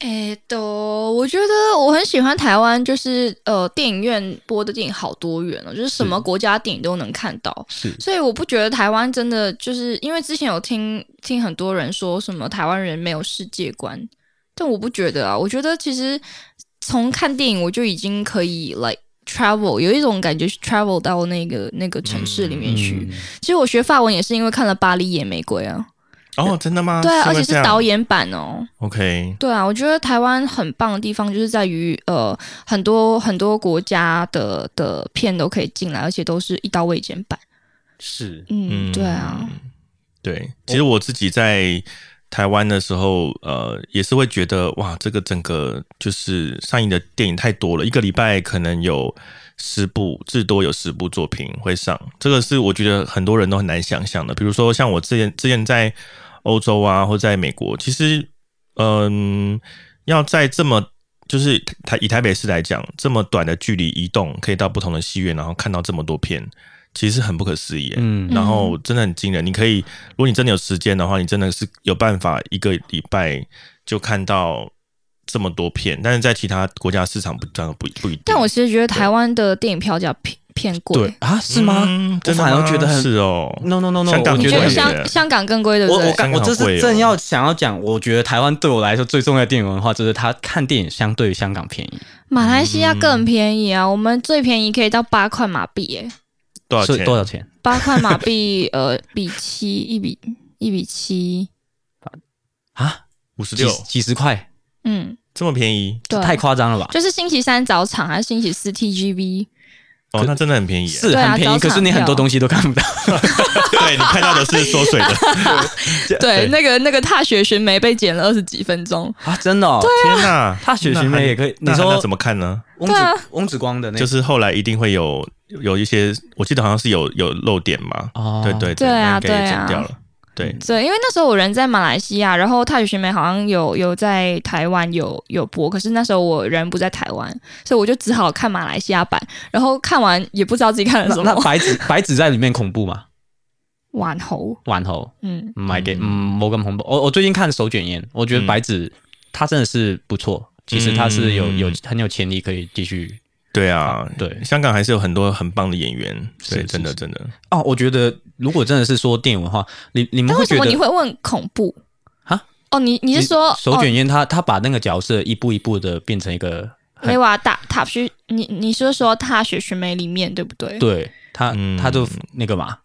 Speaker 2: 诶，都，我觉得我很喜欢台湾，就是呃，电影院播的电影好多元哦，就是什么国家电影都能看到，
Speaker 3: 是
Speaker 2: 所以我不觉得台湾真的就是因为之前有听听很多人说什么台湾人没有世界观，但我不觉得啊，我觉得其实从看电影我就已经可以 like travel，有一种感觉是 travel 到那个那个城市里面去。
Speaker 3: 嗯
Speaker 2: 其实我学法文也是因为看了《巴黎野玫瑰》啊，
Speaker 4: 哦，真的吗？
Speaker 2: 对啊，
Speaker 4: 因
Speaker 2: 而
Speaker 4: 为
Speaker 2: 且是
Speaker 4: 这样
Speaker 2: 导演版哦。
Speaker 4: OK，
Speaker 2: 对啊，我觉得台湾很棒的地方就是在于，呃，很多很多国家的的片都可以进来，而且都是一刀未剪版。
Speaker 3: 是
Speaker 2: 嗯，对啊，，
Speaker 4: 对。其实我自己在台湾的时候，呃，也是会觉得哇，这个整个就是上映的电影太多了，一个礼拜可能有十部，至多有十部作品会上，这个是我觉得很多人都很难想象的。比如说像我之前之前在欧洲啊，或在美国，其实嗯，要在这么就是台以台北市来讲，这么短的距离移动，可以到不同的戏院，然后看到这么多片，其实很不可思议耶。
Speaker 3: 嗯
Speaker 4: 然后真的很惊人。你可以，如果你真的有时间的话，你真的是有办法一个礼拜就看到这么多片，但是在其他国家市场不这样不不一定。
Speaker 2: 但我其实觉得台湾的电影票价偏偏贵
Speaker 3: 对。啊，是吗？
Speaker 4: 嗯
Speaker 3: 我
Speaker 4: 真的
Speaker 3: 反而觉得
Speaker 4: 吗
Speaker 3: 很
Speaker 4: 是哦。
Speaker 3: no no no no，
Speaker 4: 香港
Speaker 3: 我
Speaker 2: 你
Speaker 3: 觉
Speaker 2: 觉
Speaker 3: 得
Speaker 2: 得
Speaker 4: 很
Speaker 3: 很
Speaker 4: 香
Speaker 2: 香香港更贵，对不
Speaker 3: 我我
Speaker 2: 对？
Speaker 3: 刚我这
Speaker 4: 香港
Speaker 3: 是
Speaker 4: 贵哦
Speaker 3: 正要想要讲，我觉得台湾对我来说最重要的电影文化就是它看电影相对于香港便宜，
Speaker 2: 马来西亚
Speaker 3: 嗯
Speaker 2: 更便宜啊，我们最便宜可以到八块马币耶，
Speaker 4: 多少
Speaker 3: 所以
Speaker 4: 钱？
Speaker 3: 多少钱？
Speaker 2: 八块马币呃比七一比一比七，
Speaker 3: 啊，
Speaker 4: 五十
Speaker 3: 几
Speaker 4: 六，
Speaker 3: 几十块，
Speaker 2: 嗯，
Speaker 4: 这么便宜
Speaker 2: 对，啊
Speaker 3: 太夸张了吧？
Speaker 2: 就是星期三早场还是星期四 TGV，
Speaker 4: 哦，那真的很便宜耶。
Speaker 3: 是
Speaker 2: 对啊
Speaker 3: 很便宜，
Speaker 2: 早
Speaker 3: 可
Speaker 2: 场
Speaker 3: 是你很
Speaker 2: 票
Speaker 3: 多东西都看不到。
Speaker 4: 对你看到的是缩水的，
Speaker 2: 对，那个那个大学学妹被剪了二十几分钟，
Speaker 3: 啊，真的、哦，对，
Speaker 4: 天哪！
Speaker 3: 他雪寻梅也可以。你
Speaker 4: 那还
Speaker 3: 说
Speaker 4: 那怎么看呢？
Speaker 3: 翁
Speaker 2: 啊
Speaker 3: 子翁子光的那个，
Speaker 4: 就是后来一定会有有一些，我记得好像是有有漏点嘛。
Speaker 3: 哦
Speaker 4: 对对
Speaker 2: 对啊
Speaker 4: 那应该也
Speaker 2: 对啊
Speaker 4: 剪掉了。对，
Speaker 2: 对，因为那时候我人在马来西亚，然后《踏雪寻梅》好像有有在台湾有有播，可是那时候我人不在台湾，所以我就只好看马来西亚版，然后看完也不知道自己看了
Speaker 3: 那
Speaker 2: 什
Speaker 3: 那
Speaker 2: 么。
Speaker 3: 白纸 白纸在里面恐怖嘛？
Speaker 2: 玩猴，
Speaker 3: 玩后
Speaker 2: 嗯，
Speaker 3: 买给嗯冇咁恐怖。我我最近看手卷烟，我觉得
Speaker 4: 嗯
Speaker 3: 白纸它真的是不错，其实它是有
Speaker 4: 嗯
Speaker 3: 有很有潜力可以继续
Speaker 4: 对啊，
Speaker 3: 对
Speaker 4: 香港还是有很多很棒的演员，
Speaker 3: 是
Speaker 4: 对，
Speaker 3: 是
Speaker 4: 真的
Speaker 3: 是
Speaker 4: 真的，
Speaker 3: 哦。我觉得如果真的是说电影文化，你你们
Speaker 2: 但
Speaker 3: 会
Speaker 2: 为什
Speaker 3: 觉
Speaker 2: 么你
Speaker 3: 得
Speaker 2: 会问恐怖
Speaker 3: 啊？
Speaker 2: 哦，你你是说
Speaker 3: 手卷烟它它把那个角色一步一步的变成一个
Speaker 2: 哦雷瓦大塔须？你你是说《踏雪寻梅》里面对不对？，
Speaker 3: 对它
Speaker 4: 嗯
Speaker 3: 它就那个嘛，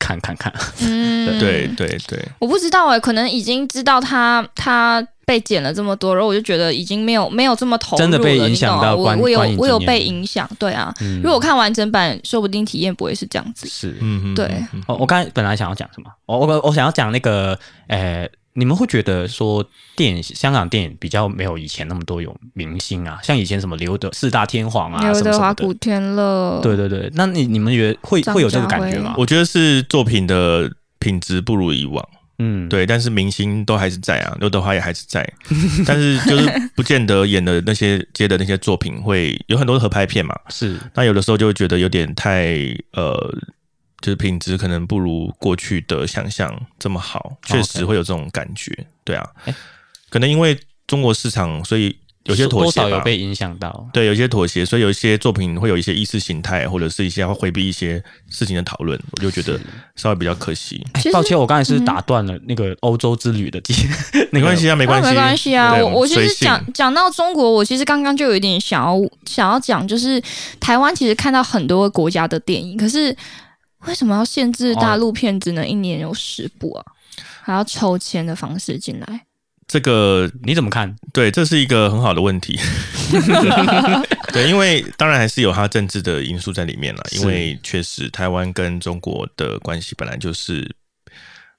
Speaker 3: 看看看，
Speaker 2: 嗯，
Speaker 4: 对对对，
Speaker 2: 我不知道哎、可能已经知道他他被剪了这么多，然后我就觉得已经没有没有这么投入了，
Speaker 3: 真的被
Speaker 2: 你懂
Speaker 3: 影响
Speaker 2: 吗
Speaker 3: 到
Speaker 2: 我
Speaker 3: 观
Speaker 2: 我有
Speaker 3: 观影
Speaker 2: 我有
Speaker 3: 经验
Speaker 2: 被影响，对啊。
Speaker 3: 嗯
Speaker 2: 如果看完整版，说不定体验不会是这样子。
Speaker 3: 是
Speaker 4: 嗯，嗯
Speaker 2: 对
Speaker 4: 嗯嗯
Speaker 3: 哦我我刚才本来想要讲什么？我我我想要讲那个，呃，你们会觉得说电影香港电影比较没有以前那么多有明星啊，像以前什么刘德四大天王啊，
Speaker 2: 刘
Speaker 3: 什么
Speaker 2: 德
Speaker 3: 什
Speaker 2: 华、
Speaker 3: 么
Speaker 2: 古
Speaker 3: 的。
Speaker 2: 天乐，啊
Speaker 3: 对对对，那你你们觉得会
Speaker 2: 张
Speaker 3: 会有这个
Speaker 2: 家
Speaker 3: 感觉
Speaker 2: 辉
Speaker 3: 吗？
Speaker 4: 我觉得是作品的品质不如以往，
Speaker 3: 嗯，
Speaker 4: 对，但是明星都还是在啊，刘德华也还是在， 但是就是不见得演的那些接的那些作品会有很多合拍片嘛，
Speaker 3: 是
Speaker 4: 那有的时候就会觉得有点太呃，就是品质可能不如过去的想象这么
Speaker 3: 哦
Speaker 4: 好，确实会有这种感觉。对啊，
Speaker 3: 哎
Speaker 4: 可能因为中国市场，所以有些妥
Speaker 3: 多
Speaker 4: 协
Speaker 3: 少有
Speaker 4: 吧。
Speaker 3: 被影响到。
Speaker 4: 对，有些妥协，所以有一些作品会有一些意识形态，或者是一些要回避一些事情的讨论，我就觉得稍微比较可惜。
Speaker 3: 哎
Speaker 2: 其实嗯
Speaker 3: 抱歉，我刚才是打断了那个欧洲之旅的 计，那
Speaker 4: 没
Speaker 3: 个
Speaker 4: 关系啊，没关
Speaker 2: 那
Speaker 4: 系，
Speaker 2: 没关系啊，
Speaker 4: 对
Speaker 2: 我我其
Speaker 4: 随
Speaker 2: 实
Speaker 4: 性
Speaker 2: 讲讲到中国，我其实刚刚就有一点想要想要讲，就是台湾其实看到很多国家的电影，可是为什么要限制大陆片只能一年有十部啊？还要抽签的方式进来？
Speaker 4: 这个
Speaker 3: 你怎么看？
Speaker 4: 对，这是一个很好的 问题。对，因为当然还是有它政治的因素在里面了，
Speaker 3: 是
Speaker 4: 因为确实台湾跟中国的关系本来就是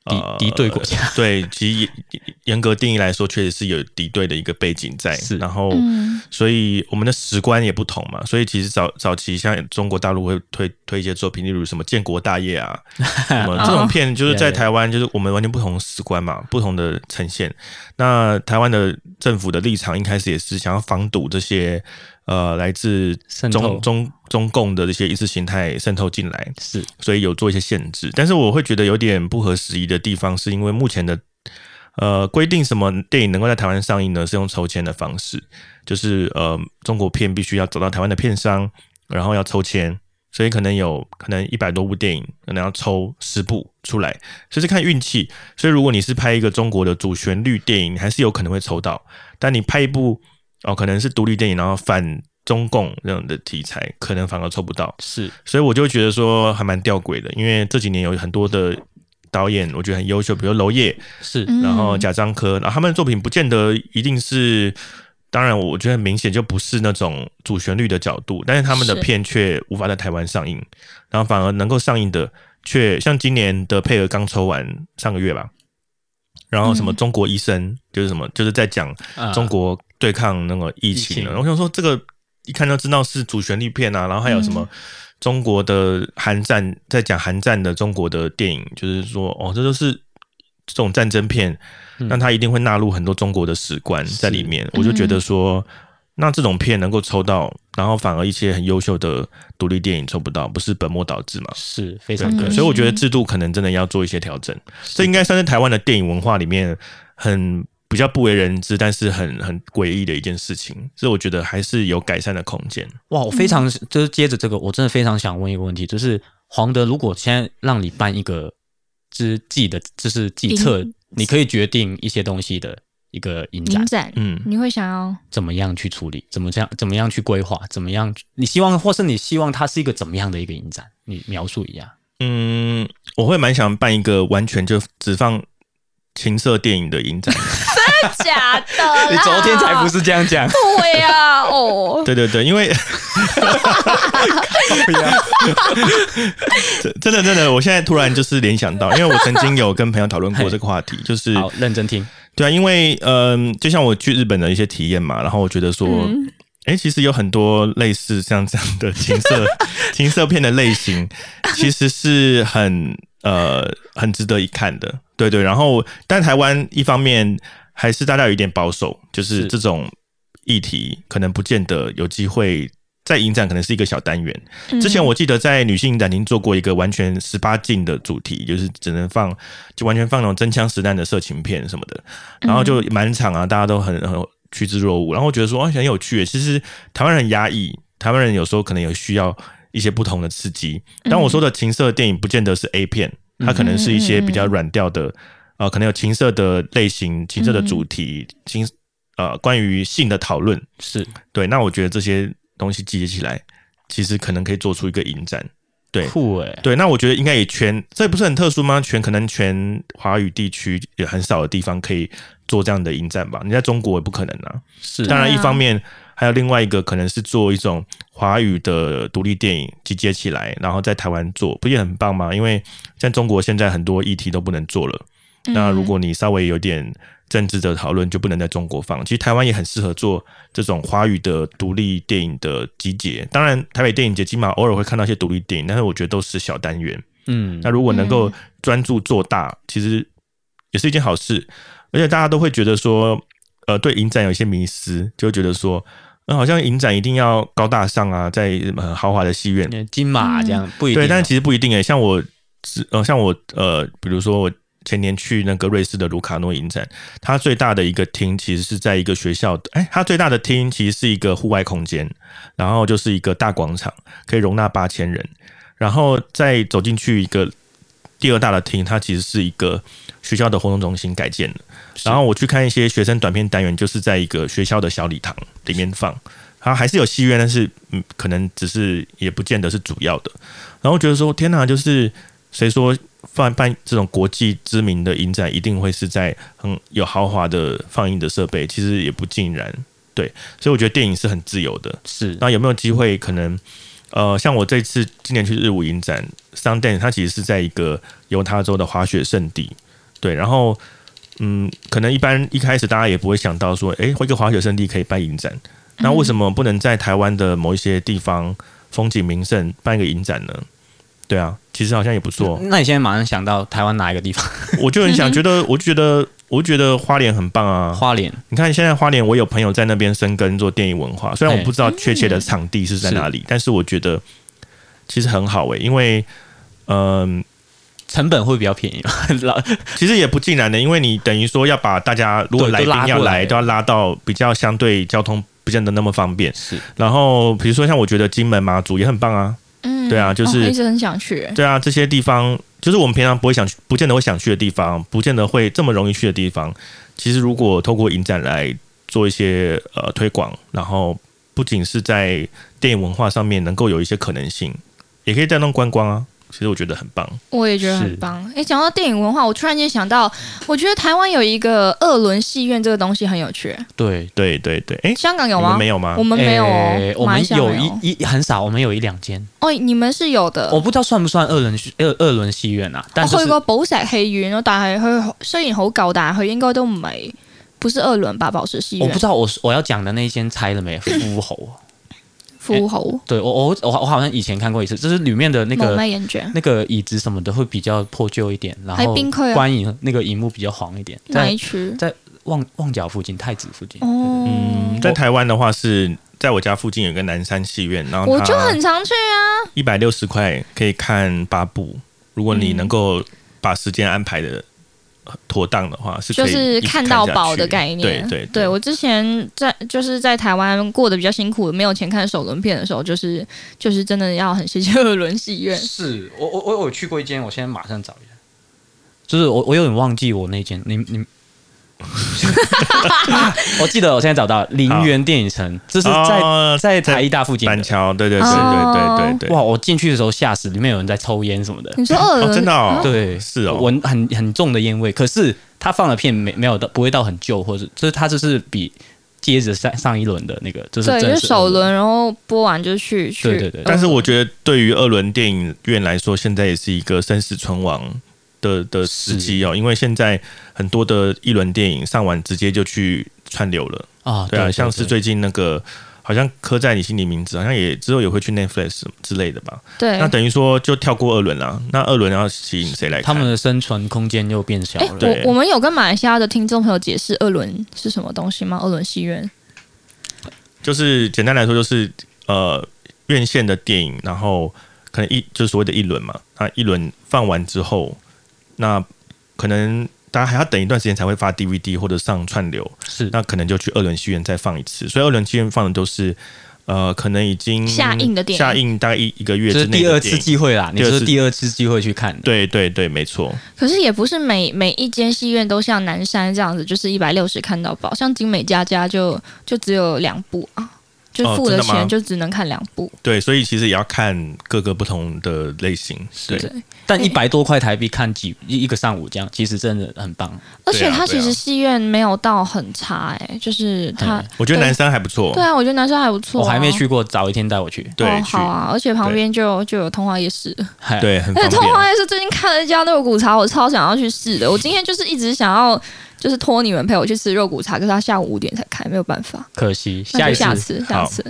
Speaker 4: 呃
Speaker 3: 敌敌对国家，
Speaker 4: 对，其实严严格定义来说，确实是有敌对的一个背景在
Speaker 3: 是，
Speaker 4: 然后。
Speaker 2: 嗯，
Speaker 4: 所以我们的史观也不同嘛，所以其实早早期像中国大陆会推推一些作品，例如什么《建国大业》 啊，什么这种片，就是
Speaker 3: 哦
Speaker 4: 在台湾就是我们完全不同史观嘛，不同的呈现。那台湾的政府的立场一开始也是想要防堵这些呃来自
Speaker 3: 渗透
Speaker 4: 中中中共的这些意识形态渗透进来，
Speaker 3: 是
Speaker 4: 所以有做一些限制。但是我会觉得有点不合时宜的地方，是因为目前的呃规定，什么电影能够在台湾上映呢？是用抽签的方式，就是呃中国片必须要找到台湾的片商，然后要抽签。所以可能有可能一百多部电影，可能要抽十部出来，所以是看运气。所以如果你是拍一个中国的主旋律电影，你还是有可能会抽到。但你拍一部哦，可能是独立电影，然后反中共这样的题材，可能反而抽不到。
Speaker 3: 是，
Speaker 4: 所以我就觉得说还蛮吊诡的，因为这几年有很多的导演，我觉得很优秀，比如娄烨，
Speaker 3: 是，
Speaker 2: 嗯
Speaker 4: 然后贾樟柯，然后他们的作品不见得一定是，当然我觉得很明显就不是那种主旋律的角度，但是他们的
Speaker 2: 是
Speaker 4: 片却无法在台湾上映，然后反而能够上映的却像今年的配额刚抽完上个月吧，然后什么
Speaker 2: 嗯啊
Speaker 4: 中国医生、就是什么就是在讲
Speaker 3: 呃
Speaker 4: 中国对抗那个疫
Speaker 3: 疫
Speaker 4: 情
Speaker 3: 情
Speaker 4: 了。我想说，这个一看就知道是主旋律片啊，然后还有什
Speaker 2: 嗯
Speaker 4: 么中国的韩战，在讲韩战的中国的电影，就是说，哦，这都是这种战争片，
Speaker 3: 嗯
Speaker 4: 那它一定会纳入很多中国的史观在里面。我就觉得说。那这种片能够抽到，然后反而一些很优秀的独立电影抽不到，不是本末倒置嘛？
Speaker 3: 是非
Speaker 4: 对
Speaker 2: 嗯
Speaker 3: 常
Speaker 4: 对，
Speaker 3: 可惜
Speaker 4: 所以我觉得制度可能真的要做一些调整。这应该嗯算是台湾的电影文化里面很比较不为人知，但是很很诡异的一件事情，所以我觉得还是有改善的空间。
Speaker 3: 哇，我非常
Speaker 2: 嗯
Speaker 3: 就是接着这个，我真的非常想问一个问题，就是黄德，如果现在让你办一个之季的，就是季测
Speaker 2: 影，
Speaker 3: 你可以决定一些东西的一个影展
Speaker 2: 影，展，
Speaker 4: 嗯，
Speaker 2: 你会想要
Speaker 3: 怎么样去处理，怎么这样，怎么样去规划，怎么样去，你希望或是你希望它是一个怎么样的一个影展，你描述一下。
Speaker 4: 嗯，我会蛮想办一个完全就只放情色电影的 影展。
Speaker 2: 假的？
Speaker 3: 你昨天才不是这样讲，
Speaker 2: 对啊，哦，
Speaker 4: 对对对，因为真真的真的，我现在突然就是联想到，因为我曾经有跟朋友讨论过这个话题，就是
Speaker 3: 好，认真听，
Speaker 4: 对啊，因为嗯、就像我去日本的一些体验嘛，然后我觉得说，哎、
Speaker 2: 嗯
Speaker 4: 其实有很多类似像这样的情色 情色片的类型，其实是很呃很值得一看的。对对，然后但台湾一方面还是大家有一点保守，就是
Speaker 3: 是
Speaker 4: 这种议题可能不见得有机会。在影展可能是一个小单元。之前我记得在女性影展厅做过一个完全十八禁的主题，就是只能放，就完全放那种真枪实弹的色情片什么的。然后就满场啊，大家都很很趋之若鹜，然后我觉得说啊很有趣耶。其实台湾人很压抑，台湾人有时候可能有需要一些不同的刺激。但我说的情色电影不见得是 A 片，它可能是一些比较软调的，呃，可能有情色的类型、情色的主题、情呃关于性的讨论。
Speaker 3: 是
Speaker 4: 对，那我觉得这些东西集结起来，其实可能可以做出一个影展。对
Speaker 3: 酷哎，
Speaker 4: 对，那我觉得应该也全，这不是很特殊吗？全可能全华语地区也很少的地方可以做这样的影展吧？你在中国也不可能啊。
Speaker 3: 是
Speaker 4: 当然，
Speaker 2: 对
Speaker 4: 一
Speaker 2: 啊
Speaker 4: 方面还有另外一个可能是做一种华语的独立电影集结起来，然后在台湾做，不也很棒吗？因为在中国现在很多议题都不能做了，
Speaker 2: 嗯
Speaker 4: 那如果你稍微有点政治的讨论，就不能在中国放。其实台湾也很适合做这种华语的独立电影的集结。当然，台北电影节起码偶尔会看到一些独立电影，但是我觉得都是小单元。
Speaker 3: 嗯
Speaker 4: 那如果能够专注做大，其实也是一件好事。而且大家都会觉得说，呃，对影展有一些迷思，就会觉得说，嗯，好像影展一定要高大上啊，在很豪华的戏院。
Speaker 3: 金
Speaker 2: 嗯
Speaker 3: 马这样不一定
Speaker 4: 对，
Speaker 3: 哦，
Speaker 4: 但其实不一定诶、欸像我之，呃，像我，呃，比如说我前年去那个瑞士的卢卡诺影展，它最大的一个厅其实是在一个学校的，哎、它最大的厅其实是一个户外空间，然后就是一个大广场，可以容纳八千人，然后再走进去一个第二大的厅，它其实是一个学校的活动中心改建的。
Speaker 3: 是
Speaker 4: 然后我去看一些学生短片单元，就是在一个学校的小礼堂里面放，然后还是有戏院，但是嗯，可能只是也不见得是主要的。然后觉得说，天哪，就是谁说办办这种国际知名的影展一定会是在很有豪华的放映的设备？其实也不尽然，对。所以我觉得电影是很自由的，
Speaker 3: 是
Speaker 4: 那有没有机会可能？呃，像我这次今年去日舞影展 Sundance，它其实是在一个犹他州的滑雪圣地，对。然后，嗯，可能一般一开始大家也不会想到说，诶，一个滑雪圣地可以办影展，那为什么不能在台湾的某一些地方风景名胜办一个影展呢？对啊，其实好像也不错。
Speaker 3: 那你现在马上想到台湾哪一个地方？
Speaker 4: 我就很想觉得，我就觉得，我就觉得花莲很棒啊，
Speaker 3: 花莲
Speaker 4: 你看现在花莲，我有朋友在那边生根做电影文化，
Speaker 3: 哎
Speaker 4: 虽然我不知道确切的场地是在哪
Speaker 3: 嗯
Speaker 4: 里，但是我觉得其实很好诶、欸因为嗯、
Speaker 3: 成本会比较便宜嘛， 老
Speaker 4: 其实也不尽然欸的，因为你等于说要把大家如果
Speaker 3: 对
Speaker 4: 来
Speaker 3: 都
Speaker 4: 宾
Speaker 3: 拉
Speaker 4: 要
Speaker 3: 过来
Speaker 4: 来，都要拉到比较相对交通不见得那么方便。
Speaker 3: 是
Speaker 4: 然后比如说像我觉得金门、马祖也很棒啊，
Speaker 2: 嗯
Speaker 4: 对啊就是
Speaker 2: 哦我一直很想去，
Speaker 4: 对啊，这些地方就是我们平常不会想去，不见得会想去的地方，不见得会这么容易去的地方。其实如果透过影展来做一些呃推广，然后不仅是在电影文化上面能够有一些可能性，也可以带动观光啊。其实我觉得很棒，
Speaker 2: 我也觉得
Speaker 3: 是
Speaker 2: 很棒。诶，讲到电影文化，我突然间想到，我觉得台湾有一个二轮戏院这个东西很有趣，
Speaker 3: 对
Speaker 4: 对对对，诶，
Speaker 2: 香港有
Speaker 4: 你们
Speaker 2: 吗？
Speaker 4: 没有吗
Speaker 2: 我？们没有
Speaker 3: 诶
Speaker 2: 哦，
Speaker 3: 我
Speaker 2: 马来
Speaker 3: 们
Speaker 2: 西亚没
Speaker 3: 一一很少，我们有一两间，
Speaker 2: 哦，你们是有的。
Speaker 3: 我不知道算不算二轮戏二二轮戲院啊，哦但
Speaker 2: 我
Speaker 3: 就
Speaker 2: 去
Speaker 3: 是
Speaker 2: 過寶石戲院咯，但係佢雖然好舊，但係佢應該都唔係不是二輪吧？寶石戲
Speaker 3: 我哦不
Speaker 2: 院
Speaker 3: 知道我我要讲的那间拆 了没？富侯，
Speaker 2: 富豪
Speaker 3: 对我我我我好像以前看过一次，就是里面的那
Speaker 2: 冇
Speaker 3: 个
Speaker 2: 咩印象，
Speaker 3: 那个椅子什么的会比较破旧一点，然
Speaker 2: 还
Speaker 3: 后
Speaker 2: 冰块啊
Speaker 3: 观影那个荧幕比较黄一点，
Speaker 2: 哪
Speaker 3: 在
Speaker 2: 一區？
Speaker 3: 旺旺角附近、太子附近，
Speaker 2: 哦，
Speaker 4: 嗯，在台湾的话是在我家附近有一个南山戏院，然后
Speaker 2: 我就
Speaker 4: 它
Speaker 2: 很常去啊。
Speaker 4: 一百六十块可以看八部，如果
Speaker 2: 嗯
Speaker 4: 你能够把时间安排的。妥当的话是可
Speaker 2: 就
Speaker 4: 以
Speaker 2: 是
Speaker 4: 一直
Speaker 2: 看到
Speaker 4: 下
Speaker 2: 宝的
Speaker 4: 去
Speaker 2: 概念。
Speaker 4: 对对
Speaker 2: 我之前在就是在台湾过得比较辛苦，没有钱看首轮片的时候，就是就是真的要很谢谢二轮戏院。
Speaker 3: 是我我我有去过一间，我现在马上找一下。就是我我有点忘记我那间，你 你。我记得我现在找到林园电影城，这是在、
Speaker 4: 哦
Speaker 3: 在台艺大附近的
Speaker 4: 板桥，对对对
Speaker 2: 哦
Speaker 4: 对对对对，
Speaker 3: 哇，我进去的时候吓死，里面有人在抽烟什么的。
Speaker 2: 你说二轮、啊
Speaker 4: 哦真的哦
Speaker 3: 对，
Speaker 4: 是哦
Speaker 3: 闻很很重的烟味。可是他放的片没没有到，不会到很旧，或者就是他就是比接着上上一轮的那个，就是
Speaker 2: 对，
Speaker 3: 真
Speaker 2: 就
Speaker 3: 的
Speaker 2: 是首轮，然后播完就去去。嗯
Speaker 3: 对对对
Speaker 4: 但是我觉得对于二轮电影院来说，现在也是一个生死存亡的的时期哦，因为现在很多的一轮电影上完直接就去串流了，
Speaker 3: 啊，
Speaker 4: 对啊，像是
Speaker 3: 对
Speaker 4: 最近那个好像刻在你心里名字，好像也之后也会去 Netflix 之类的吧。
Speaker 2: 对，
Speaker 4: 那等于说就跳过二轮啦。那二轮要吸引谁来
Speaker 3: 他
Speaker 4: 看？
Speaker 3: 们的生存空间又变小
Speaker 2: 哎、
Speaker 3: 了。
Speaker 4: 对
Speaker 2: 我我们有跟马来西亚的听众朋友解释二轮是什么东西吗？二轮戏院
Speaker 4: 就是简单来说，就是呃院线的电影，然后可能一就是所谓的一轮嘛。那一轮放完之后，那可能大家还要等一段时间才会发 DVD 或者上串流，
Speaker 3: 是
Speaker 4: 那可能就去二轮戏院再放一次。所以二轮戏院放的都是呃，可能已经
Speaker 2: 下映的电影
Speaker 4: 下映大概一一个月
Speaker 3: 这
Speaker 4: 之
Speaker 3: 是
Speaker 4: 内的
Speaker 3: 第二次
Speaker 4: 电影
Speaker 3: 机会啦，你
Speaker 4: 第
Speaker 3: 这
Speaker 4: 二次
Speaker 3: 是第二次机会去看的。
Speaker 4: 对对对，没错。
Speaker 2: 可是也不是每每一间戏院都像南山这样子，就是一百六十看到饱。像景美家家就就只有两部啊，就
Speaker 4: 哦
Speaker 2: 付
Speaker 4: 真
Speaker 2: 了
Speaker 4: 的吗
Speaker 2: 钱就只能看两部。
Speaker 4: 对，所以其实也要看各个不同的类型。对，
Speaker 2: 对，
Speaker 3: 但一百多块台币看几一一个上午这样，其实真的很棒。
Speaker 2: 而且
Speaker 4: 对啊
Speaker 2: 它其
Speaker 4: 对
Speaker 2: 实
Speaker 4: 啊
Speaker 2: 戏院没有到很差、哎、就是它
Speaker 3: 嗯。
Speaker 4: 我觉得
Speaker 2: 对
Speaker 4: 南山还不错。
Speaker 2: 对啊，我觉得南山还不错、
Speaker 3: 我还没。去过，找一天带我去。
Speaker 4: 对
Speaker 2: 哦，
Speaker 4: 去
Speaker 2: 好啊，而且旁边就就有通化夜市，
Speaker 3: 嗨，
Speaker 4: 对，很
Speaker 2: 而
Speaker 4: 方
Speaker 2: 且通化
Speaker 4: 便。
Speaker 2: 夜市最近看了一家肉骨茶，我超想要去试的。我今天就是一直想要，就是托你们陪我去吃肉骨茶，可是他下午五点才开，没有办法。
Speaker 3: 可惜
Speaker 2: 那
Speaker 3: 下
Speaker 2: 就
Speaker 3: 一
Speaker 2: 下
Speaker 3: 次
Speaker 2: 次，下
Speaker 4: 好
Speaker 2: 次。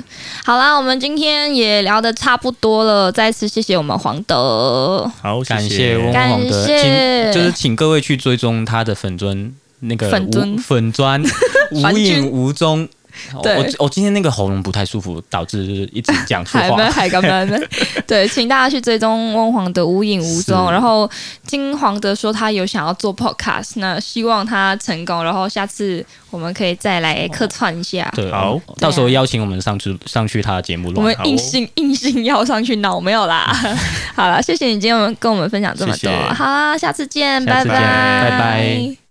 Speaker 2: 好啦，我们今天也聊得差不多了，再次谢谢我们黄德，
Speaker 4: 好，
Speaker 3: 感
Speaker 4: 谢
Speaker 3: 谢翁
Speaker 2: 感
Speaker 3: 黄的，
Speaker 2: 谢
Speaker 3: 请就是请各位去追踪他的粉砖那个
Speaker 2: 粉
Speaker 3: 无
Speaker 2: 尊
Speaker 3: 粉砖无
Speaker 2: 凡君
Speaker 3: 影无踪。我
Speaker 2: 对
Speaker 3: 我我今天那个喉咙不太舒服，导致就是一直讲错
Speaker 2: 海
Speaker 3: 话
Speaker 2: 们。海干们，对，请大家去追踪翁黄德无影无踪。
Speaker 3: 是
Speaker 2: 然后听黄德说他有想要做 podcast，那希望他成功，然后下次我们可以再来客串一下。
Speaker 3: 对，
Speaker 4: 好
Speaker 3: 我到时候邀请我们上去上去他的节目
Speaker 2: 我
Speaker 3: 录。
Speaker 2: 们
Speaker 4: 好
Speaker 2: 硬
Speaker 4: 哦
Speaker 2: 性硬性要上去闹，没有啦。好啦，谢谢你今天跟我们分享这么多。
Speaker 4: 谢谢
Speaker 2: 好啦，下次见，
Speaker 3: 下
Speaker 2: 拜
Speaker 3: 次见拜拜